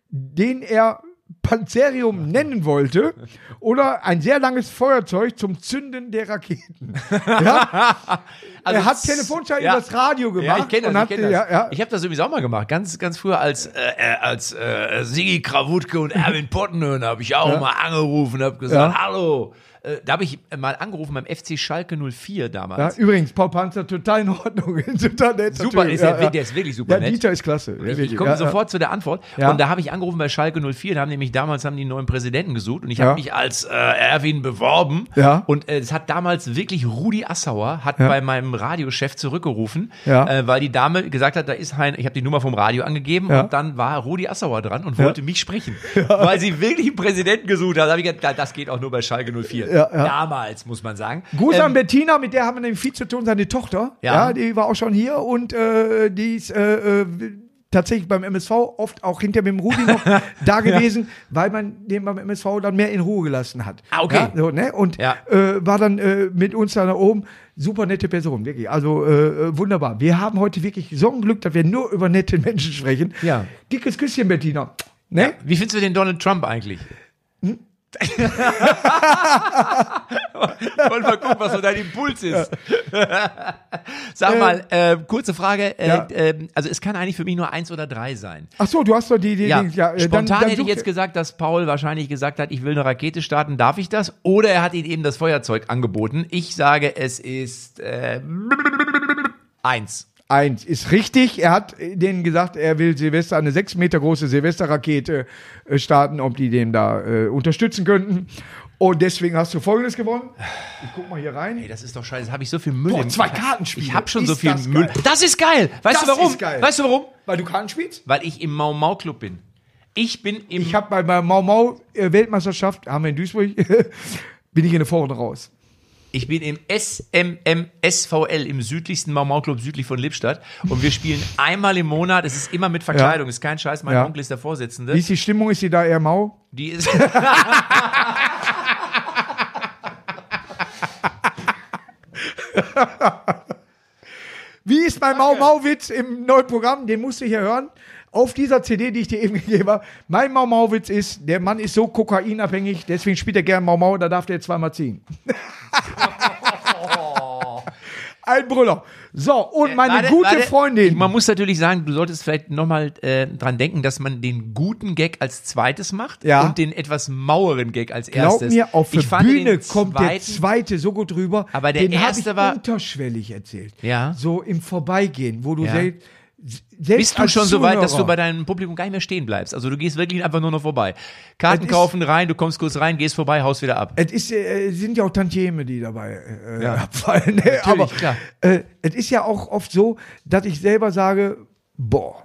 A: den er Panzerium nennen wollte, oder ein sehr langes Feuerzeug zum Zünden der Raketen? Ja?
B: Also
A: er hat
B: z-
A: Telefonschein
B: ja.
A: übers Radio gemacht.
B: Ja, ich kenne
A: und
B: das,
A: hat,
B: ich kenne das.
A: Ja, ja.
B: Ich habe das übrigens auch mal gemacht, ganz, ganz früher als, äh, äh, als äh, Sigi Krawutke und Erwin Pottenhöhner habe ich auch mal angerufen, habe gesagt,
A: Ja.
B: hallo. Äh, da habe ich mal angerufen beim FC Schalke 04
A: Ja,
B: damals.
A: übrigens, Paul Panzer total in Ordnung. Ist total nett,
B: Super,
A: natürlich.
B: ist ja, der ist wirklich super
A: ja,
B: nett.
A: Dieter ist klasse.
B: Ich
A: wirklich.
B: komme
A: ja,
B: sofort zu der Antwort.
A: Ja.
B: Und da habe ich angerufen bei Schalke 04. Da haben nämlich damals haben die einen neuen Präsidenten gesucht und ich
A: Ja.
B: habe mich als äh, Erwin beworben.
A: Ja.
B: Und äh, es hat damals wirklich Rudi Assauer hat bei meinem Radiochef zurückgerufen,
A: Ja.
B: äh, weil die Dame gesagt hat, da ist Hein, ich habe die Nummer vom Radio angegeben
A: Ja.
B: und dann war Rudi Assauer dran und wollte mich sprechen, weil sie wirklich einen Präsidenten gesucht hat. Da habe ich gedacht, da- das geht auch nur bei Schalke 04. Damals, muss man sagen.
A: Ja.
B: Ähm,
A: Gruß an Bettina, mit der haben wir nämlich viel zu tun, seine Tochter.
B: Ja.
A: die war auch schon hier und äh, die ist äh, äh, tatsächlich beim MSV oft auch hinter mit dem Rudi noch da gewesen, weil man den beim MSV dann mehr in Ruhe gelassen hat.
B: Ah, okay.
A: Ja, so, ne? Und
B: Ja.
A: äh, war dann äh, mit uns da nach oben. Super nette Person, wirklich. Also äh, äh, wunderbar. Wir haben heute wirklich so ein Glück, dass wir nur über nette Menschen sprechen.
B: Ja.
A: Dickes Küsschen, Bettina. Ne?
B: Wie findest du den Donald Trump eigentlich? Wollen wir gucken, was so dein Impuls ist. Sag mal, äh, kurze Frage. Äh,
A: Ja.
B: ähm, also es kann eigentlich für mich nur eins oder drei sein.
A: Ach so, du hast doch die, die
B: Ja,
A: Dings, ja, äh,
B: spontan hätte
A: such-
B: ich jetzt gesagt, dass Paul wahrscheinlich gesagt hat, ich will eine Rakete starten, darf ich das? Oder er hat ihm eben das Feuerzeug angeboten. Ich sage, es ist äh, eins.
A: Eins ist richtig. Er hat äh, denen gesagt, er will Silvester eine sechs Meter große Silvesterrakete äh, starten, ob die den da äh, unterstützen könnten. Und deswegen hast du Folgendes gewonnen. Ich guck mal hier rein.
B: Ey, das ist doch scheiße. Jetzt habe ich so viel Müll.
A: Boah,
B: im-
A: zwei Kartenspiele.
B: Ich habe schon
A: Ist
B: so viel
A: das
B: Müll.
A: geil.
B: Das ist geil. Weißt
A: Das
B: du warum?
A: ist geil.
B: Weißt du warum?
A: Weil du Karten spielst?
B: Weil ich im Mau Mau Club bin. Ich bin im.
A: Ich habe bei meiner Mau Mau äh, Weltmeisterschaft, haben wir in Duisburg, bin ich in der Vorrunde raus.
B: Ich bin im SMMSVL, im südlichsten Mau-Mau-Club südlich von Lippstadt. Und wir spielen einmal im Monat. Es ist immer mit Verkleidung. Ist kein Scheiß. Mein
A: Ja.
B: Onkel ist der
A: Wie
B: Vorsitzende.
A: ist die Stimmung? Ist die da eher mau?
B: Die ist.
A: Wie ist mein Mau Mau Witz im neuen Programm? Den musst du hier hören. Auf dieser CD, die ich dir eben gegeben habe. Mein Mau Mau Witz ist, der Mann ist so kokainabhängig, deswegen spielt er gerne Mau Mau, da darf der zweimal ziehen. Ein Brüller. So, und meine
B: Äh, Warte,
A: gute
B: warte.
A: Freundin.
B: Man muss natürlich sagen, du solltest vielleicht nochmal äh, dran denken, dass man den guten Gag als zweites macht
A: Ja.
B: und den etwas maueren Gag als
A: Glaub
B: erstes.
A: mir, auf
B: Ich
A: der
B: fand den
A: Bühne kommt der
B: zweiten-
A: zweite so gut rüber.
B: Aber der
A: den hab
B: erste
A: ich
B: war-
A: unterschwellig erzählt.
B: Ja.
A: So im Vorbeigehen, wo du
B: Ja.
A: selbst, selbst
B: Bist du
A: als
B: schon so weit, dass du
A: Zuhörer-
B: bei deinem Publikum gar nicht mehr stehen bleibst? Also du gehst wirklich einfach nur noch vorbei. Karten
A: Es ist-
B: kaufen, rein, du kommst kurz rein, gehst vorbei, haust wieder ab.
A: Es ist, äh, es sind ja auch Tantieme, die dabei äh, abfallen. ne? Aber
B: klar.
A: Äh, es ist ja auch oft so, dass ich selber sage, boah.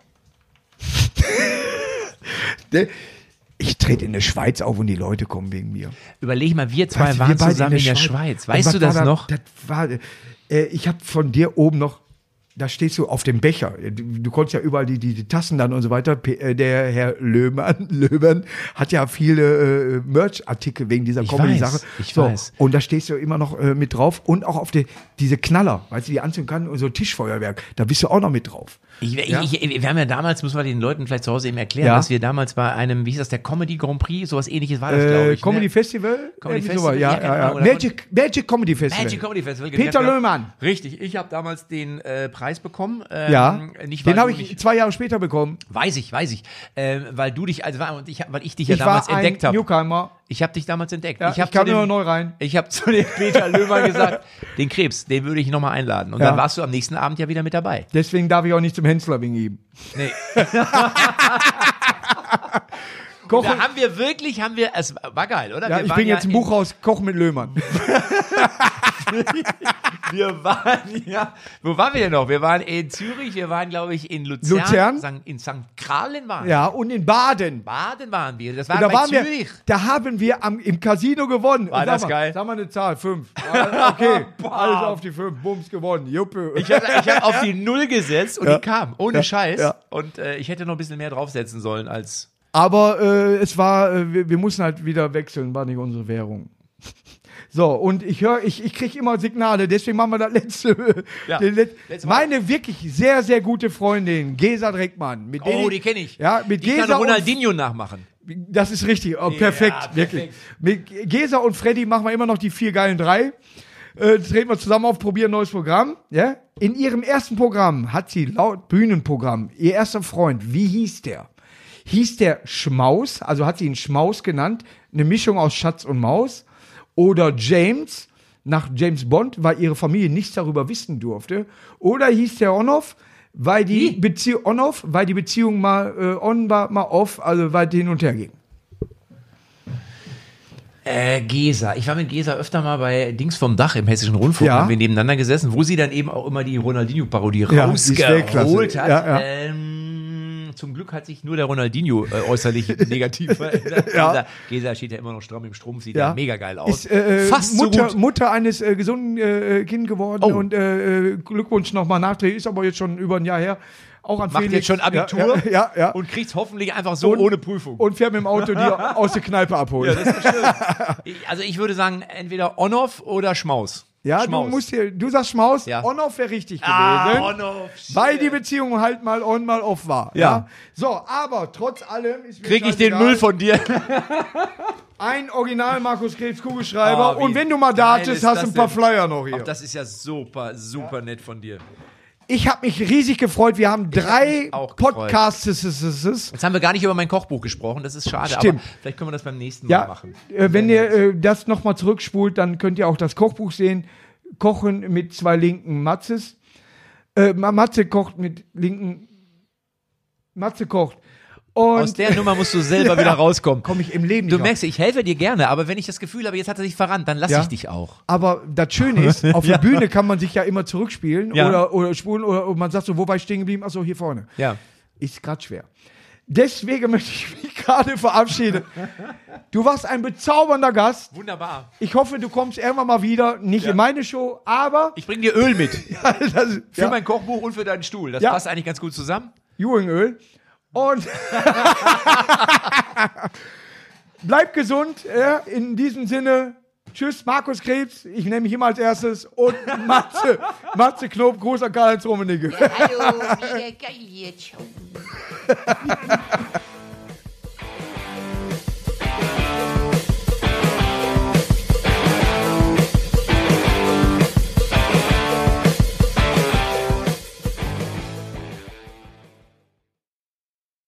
A: Ne? ich trete in der Schweiz auf und die Leute kommen wegen mir.
B: Überleg mal, wir zwei
A: Weißt du, wir
B: waren
A: beide
B: zusammen in der Schweiz. Weißt
A: Und
B: du
A: was
B: das
A: war da-
B: noch?
A: Das war, äh, ich habe von dir oben noch, da stehst du auf dem Becher. Äh, Du, du konntest ja überall die, die, die Tassen dann und so weiter. P äh, der Herr Löhmann, Löhmann hat ja viele äh, Merch-Artikel wegen dieser
B: Ich
A: Comedy-Sache.
B: weiß, ich
A: so,
B: weiß.
A: Und da stehst du immer noch äh, mit drauf und auch auf die, diese Knaller, weißt du, die anzünden kann und so Tischfeuerwerk. Da bist du auch noch mit drauf.
B: Ich,
A: Ja.
B: ich, ich, wir haben ja damals, müssen wir den Leuten vielleicht zu Hause eben erklären,
A: Ja.
B: dass wir damals bei einem, wie hieß das, der Comedy Grand Prix, sowas ähnliches war das, glaube
A: Äh,
B: ich.
A: Comedy
B: ne?
A: Festival? Irgendwie
B: Comedy Festival,
A: sowas,
B: ja,
A: ja, ja, ja.
B: genau, oder-
A: Magic, Magic Comedy Festival.
B: Magic Comedy Festival. genau,
A: Peter
B: genau.
A: Löhmann.
B: Richtig, ich habe damals den äh, Preis bekommen. Ähm,
A: Ja,
B: nicht, weil
A: den habe
B: du
A: ich
B: Nicht,
A: zwei Jahre später bekommen.
B: weiß ich, weiß ich. Ähm, weil du dich, also war- und ich, hab- weil ich dich ja
A: ich
B: damals
A: war ein
B: entdeckt habe.
A: Newcomer.
B: Ich habe dich damals entdeckt.
A: Ja, ich,
B: hab zu
A: kam
B: dem-
A: immer neu rein.
B: Ich habe zu dem Peter Löhmann gesagt, den Krebs, den würde ich nochmal einladen. Und
A: Ja.
B: dann warst du am nächsten Abend ja wieder mit dabei.
A: Deswegen darf ich auch nicht zum Henslerwing geben.
B: Nee.
A: Kochen.
B: Da haben wir wirklich, haben wir, es war geil, oder?
A: Ja,
B: wir
A: ich
B: waren
A: bin jetzt
B: ja
A: im Buchhaus Koch mit Löhmann.
B: In, wir waren ja, wo waren wir denn noch? Wir waren in Zürich, wir waren, glaube ich, in Luzern.
A: Luzern?
B: Sankt- In St. Kralen waren wir.
A: Ja, und in Baden.
B: Baden waren wir. Das
A: Und
B: war
A: da,
B: bei
A: waren wir,
B: Zürich.
A: da haben wir am, im Casino gewonnen.
B: War
A: Und
B: das
A: sag mal,
B: geil?
A: Sag mal eine Zahl, fünf. Ja, Okay, alles auf die fünf. Bums gewonnen. Juppe.
B: Ich habe ich hab auf die Null gesetzt und
A: Ja.
B: die kam, ohne
A: Ja.
B: Scheiß.
A: Ja.
B: Und äh, ich hätte noch ein bisschen mehr draufsetzen sollen als.
A: Aber äh, es war, äh, wir, wir mussten halt wieder wechseln, war nicht unsere Währung. So, und ich höre, ich, ich kriege immer Signale, deswegen machen wir das letzte.
B: Ja,
A: den Let
B: letztes Mal.
A: meine wirklich sehr, sehr gute Freundin, Gesa Dreckmann. Mit der
B: Oh, die kenne ich.
A: Ja, mit
B: Die kann
A: Gesa. Und,
B: Ronaldinho nachmachen.
A: das ist richtig, oh, perfekt,
B: perfekt.
A: wirklich. Mit Gesa und Freddy machen wir immer noch die vier geilen drei. Äh, treten wir zusammen auf, probieren neues Programm. Ja? In ihrem ersten Programm hat sie laut Bühnenprogramm, ihr erster Freund, wie hieß der? Hieß der Schmaus, also hat sie ihn Schmaus genannt, eine Mischung aus Schatz und Maus. Oder James, nach James Bond, weil ihre Familie nichts darüber wissen durfte. Oder hieß der Onoff, weil die Beziehung on-off, weil die Beziehung mal äh, on war, mal off, also weit hin und her ging.
B: Äh, Gesa. Ich war mit Gesa öfter mal bei Dings vom Dach im Hessischen Rundfunk,
A: Ja.
B: haben wir nebeneinander gesessen, wo sie dann eben auch immer die Ronaldinho-Parodie
A: Ja, die ist
B: rausgeholt
A: Weltklasse.
B: hat.
A: Ja, ja.
B: Ähm, zum Glück hat sich nur der Ronaldinho äh, äußerlich negativ verändert.
A: Ja.
B: Gesa, Gesa steht ja immer noch stramm im Strumpf, sieht ja,
A: Ja.
B: mega geil aus.
A: Ist äh,
B: Fast
A: Mutter,
B: so gut.
A: Mutter eines äh, gesunden äh, Kind geworden
B: Oh.
A: und äh, äh, Glückwunsch nochmal nachträglich, ist aber jetzt schon über ein Jahr her. Auch an
B: Macht
A: Felix.
B: jetzt schon Abitur
A: Ja, ja, ja, ja. Und,
B: und kriegt's hoffentlich einfach so
A: Und-
B: ohne Prüfung.
A: fährt mit dem Auto die aus der Kneipe abholen.
B: Ich- Also ich würde sagen, entweder on-off oder Schmaus.
A: Ja,
B: Schmaus.
A: du musst hier, du sagst Schmaus,
B: Ja.
A: on-off wäre richtig gewesen.
B: Ah, on-off.
A: Weil die Beziehung halt mal on, mal off war. Ja. So, aber trotz allem ist mir
B: Krieg ich den
A: scheißegal.
B: Müll von dir?
A: Ein Original Markus Krebs Kugelschreiber.
B: Ah, wie
A: und wenn du mal
B: geil
A: datest,
B: ist
A: hast
B: das
A: du ein paar
B: denn?
A: Flyer noch hier.
B: Das ist ja super, super nett von dir.
A: ich habe mich riesig gefreut. Wir haben drei
B: mich auch gefreut.
A: Podcasts.
B: Jetzt haben wir gar nicht über mein Kochbuch gesprochen, das ist schade,
A: Stimmt.
B: aber vielleicht können wir das beim nächsten Mal
A: Ja,
B: machen.
A: äh, wenn ihr äh, das nochmal zurückspult, dann könnt ihr auch das Kochbuch sehen. Kochen mit zwei linken Matzes. Äh, Ma- Matze kocht mit linken. Matze kocht.
B: Aus
A: Und
B: der Nummer musst du selber wieder rauskommen.
A: komme ich im Leben
B: Du
A: nicht
B: merkst, ich helfe dir gerne, aber wenn ich das Gefühl habe, jetzt hat er sich verrannt, dann lass
A: Ja.
B: ich dich auch.
A: Aber das Schöne ist, auf der Bühne kann man sich ja immer zurückspielen
B: Ja.
A: Oder, oder spulen oder, oder man sagt so, wo war ich stehen geblieben? Achso, hier vorne.
B: Ja.
A: Ist grad schwer. Deswegen möchte ich mich gerade verabschieden. Du warst ein bezaubernder Gast.
B: Wunderbar.
A: Ich hoffe, du kommst irgendwann mal wieder. Nicht in meine Show, aber.
B: Ich bringe dir Öl mit.
A: das,
B: Für mein Kochbuch und für deinen Stuhl. Das
A: Ja.
B: passt eigentlich ganz gut zusammen.
A: Jugendöl. Und bleibt gesund. Ja, in diesem Sinne, tschüss, Markus Krebs. Ich nehme mich immer als erstes. Und Matze, Matze Knob, großer Karl-Heinz Rummenigge.
D: Hallo, wieder geil jetzt schon.